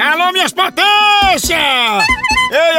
Atenção, minhas potências! Ei,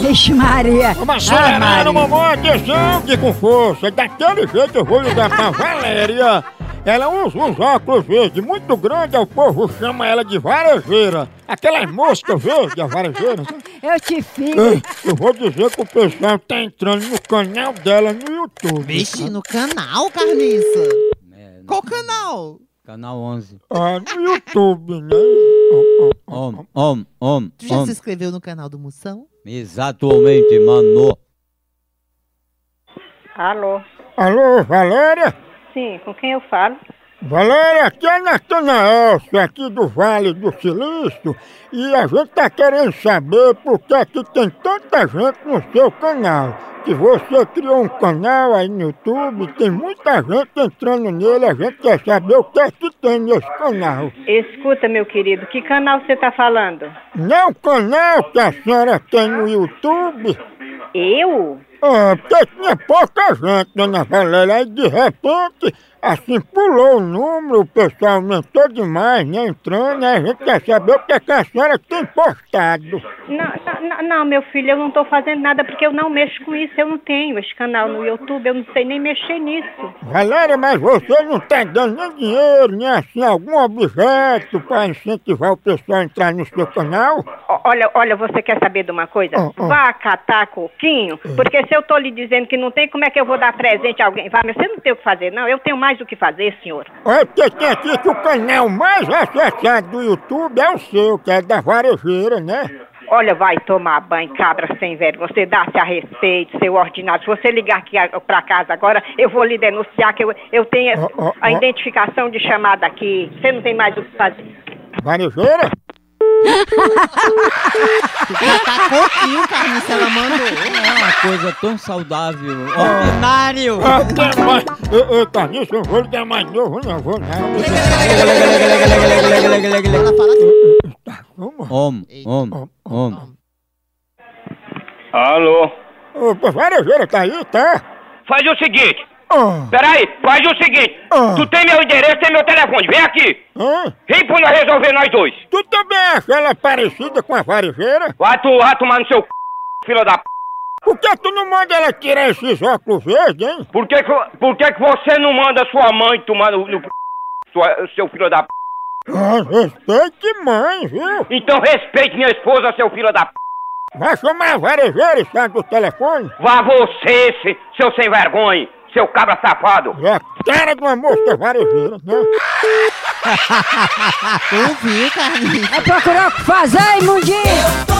Vixe Maria! Vamos Ai, acelerar Ah, Maria. no mamãe, atenção, que com força. Daquele jeito eu vou ligar pra Valéria. Ela usa uns óculos verdes muito grandes, o povo chama ela de varejeira. Aquelas moscas verdes, a varejeira. Eu te fico! Ei, Eu vou dizer que o pessoal tá entrando no canal dela no YouTube. Vixe, no canal, Carliça? Qual canal? É, Canal 11. Ah, no YouTube, né? Om, om, om, Tu já om. se inscreveu no canal do Moção? Exatamente, mano. Alô? Alô, Valéria? Sim, com quem eu falo? Valéria, aqui é Natanael, sou aqui do Vale do Silício, e a gente tá querendo saber por que aqui tem tanta gente no seu canal. Que você criou um canal aí no YouTube, tem muita gente entrando nele, a gente quer saber o que é que tem nesse canal. Escuta, meu querido, que canal você tá falando? Não é o canal que a senhora tem no YouTube. Eu? Ah, porque tinha pouca gente, dona Valéria, aí de repente, assim, pulou o número, o pessoal aumentou demais, né, entrando, aí a gente quer saber o que, é que a senhora tem postado. Não, não, não, meu filho, eu não tô fazendo nada porque eu não mexo com isso. Eu não tenho esse canal no YouTube, eu não sei nem mexer nisso. Valéria, mas você não tá dando nem dinheiro, nem assim, algum objeto para incentivar o pessoal a entrar no seu canal? O- Olha, olha, você quer saber de uma coisa? Ah, ah. Vá catar coquinho, porque se eu tô lhe dizendo que não tem, como é que eu vou dar presente a alguém? Vá, mas você não tem o que fazer, não. Eu tenho mais o que fazer, senhor. Olha, porque tem aqui que o canal mais acessado do YouTube é o seu, que é da varejeira, né? Olha, vai tomar banho, cabra sem vergonha. Você dá-se a respeito, seu ordinário. Se você ligar aqui a- pra casa agora, eu vou lhe denunciar que eu, eu tenho Ó, ó, ó. a identificação de chamada aqui. Você não tem mais o que fazer. Varejeira? Tá pouquinho, Carliça, ela mandou. É uma coisa tão saudável. Ordinário! Até mais. Ei, ei, Carlinhos, eu vou lhe dar mais novo, não vou nada. Ela fala assim, Vamos. Om, om, om. Alô? Opa, varejeira, tá aí, tá? Faz o seguinte, Ah, peraí, faz o seguinte. Ah. Tu tem meu endereço, tem meu telefone, vem aqui. hã? Vem pra nós resolver nós dois. Tu também acha ela parecida com a varejeira? Vai tu vai tomar no seu c... fila da p... Por que tu não manda ela tirar esses óculos verdes, hein? Por que que, por que que você não manda sua mãe tomar no, no c... sua- seu filho da p... Ah, respeite mãe, viu? Então respeite minha esposa, seu filho da p... Vai chamar a varejeira e sai do telefone. Vá você, se- seu sem vergonha, seu cabra safado. É a cara de uma moça varejeira, né? tu viu, Carliça? É procurar o que fazer, imundinho!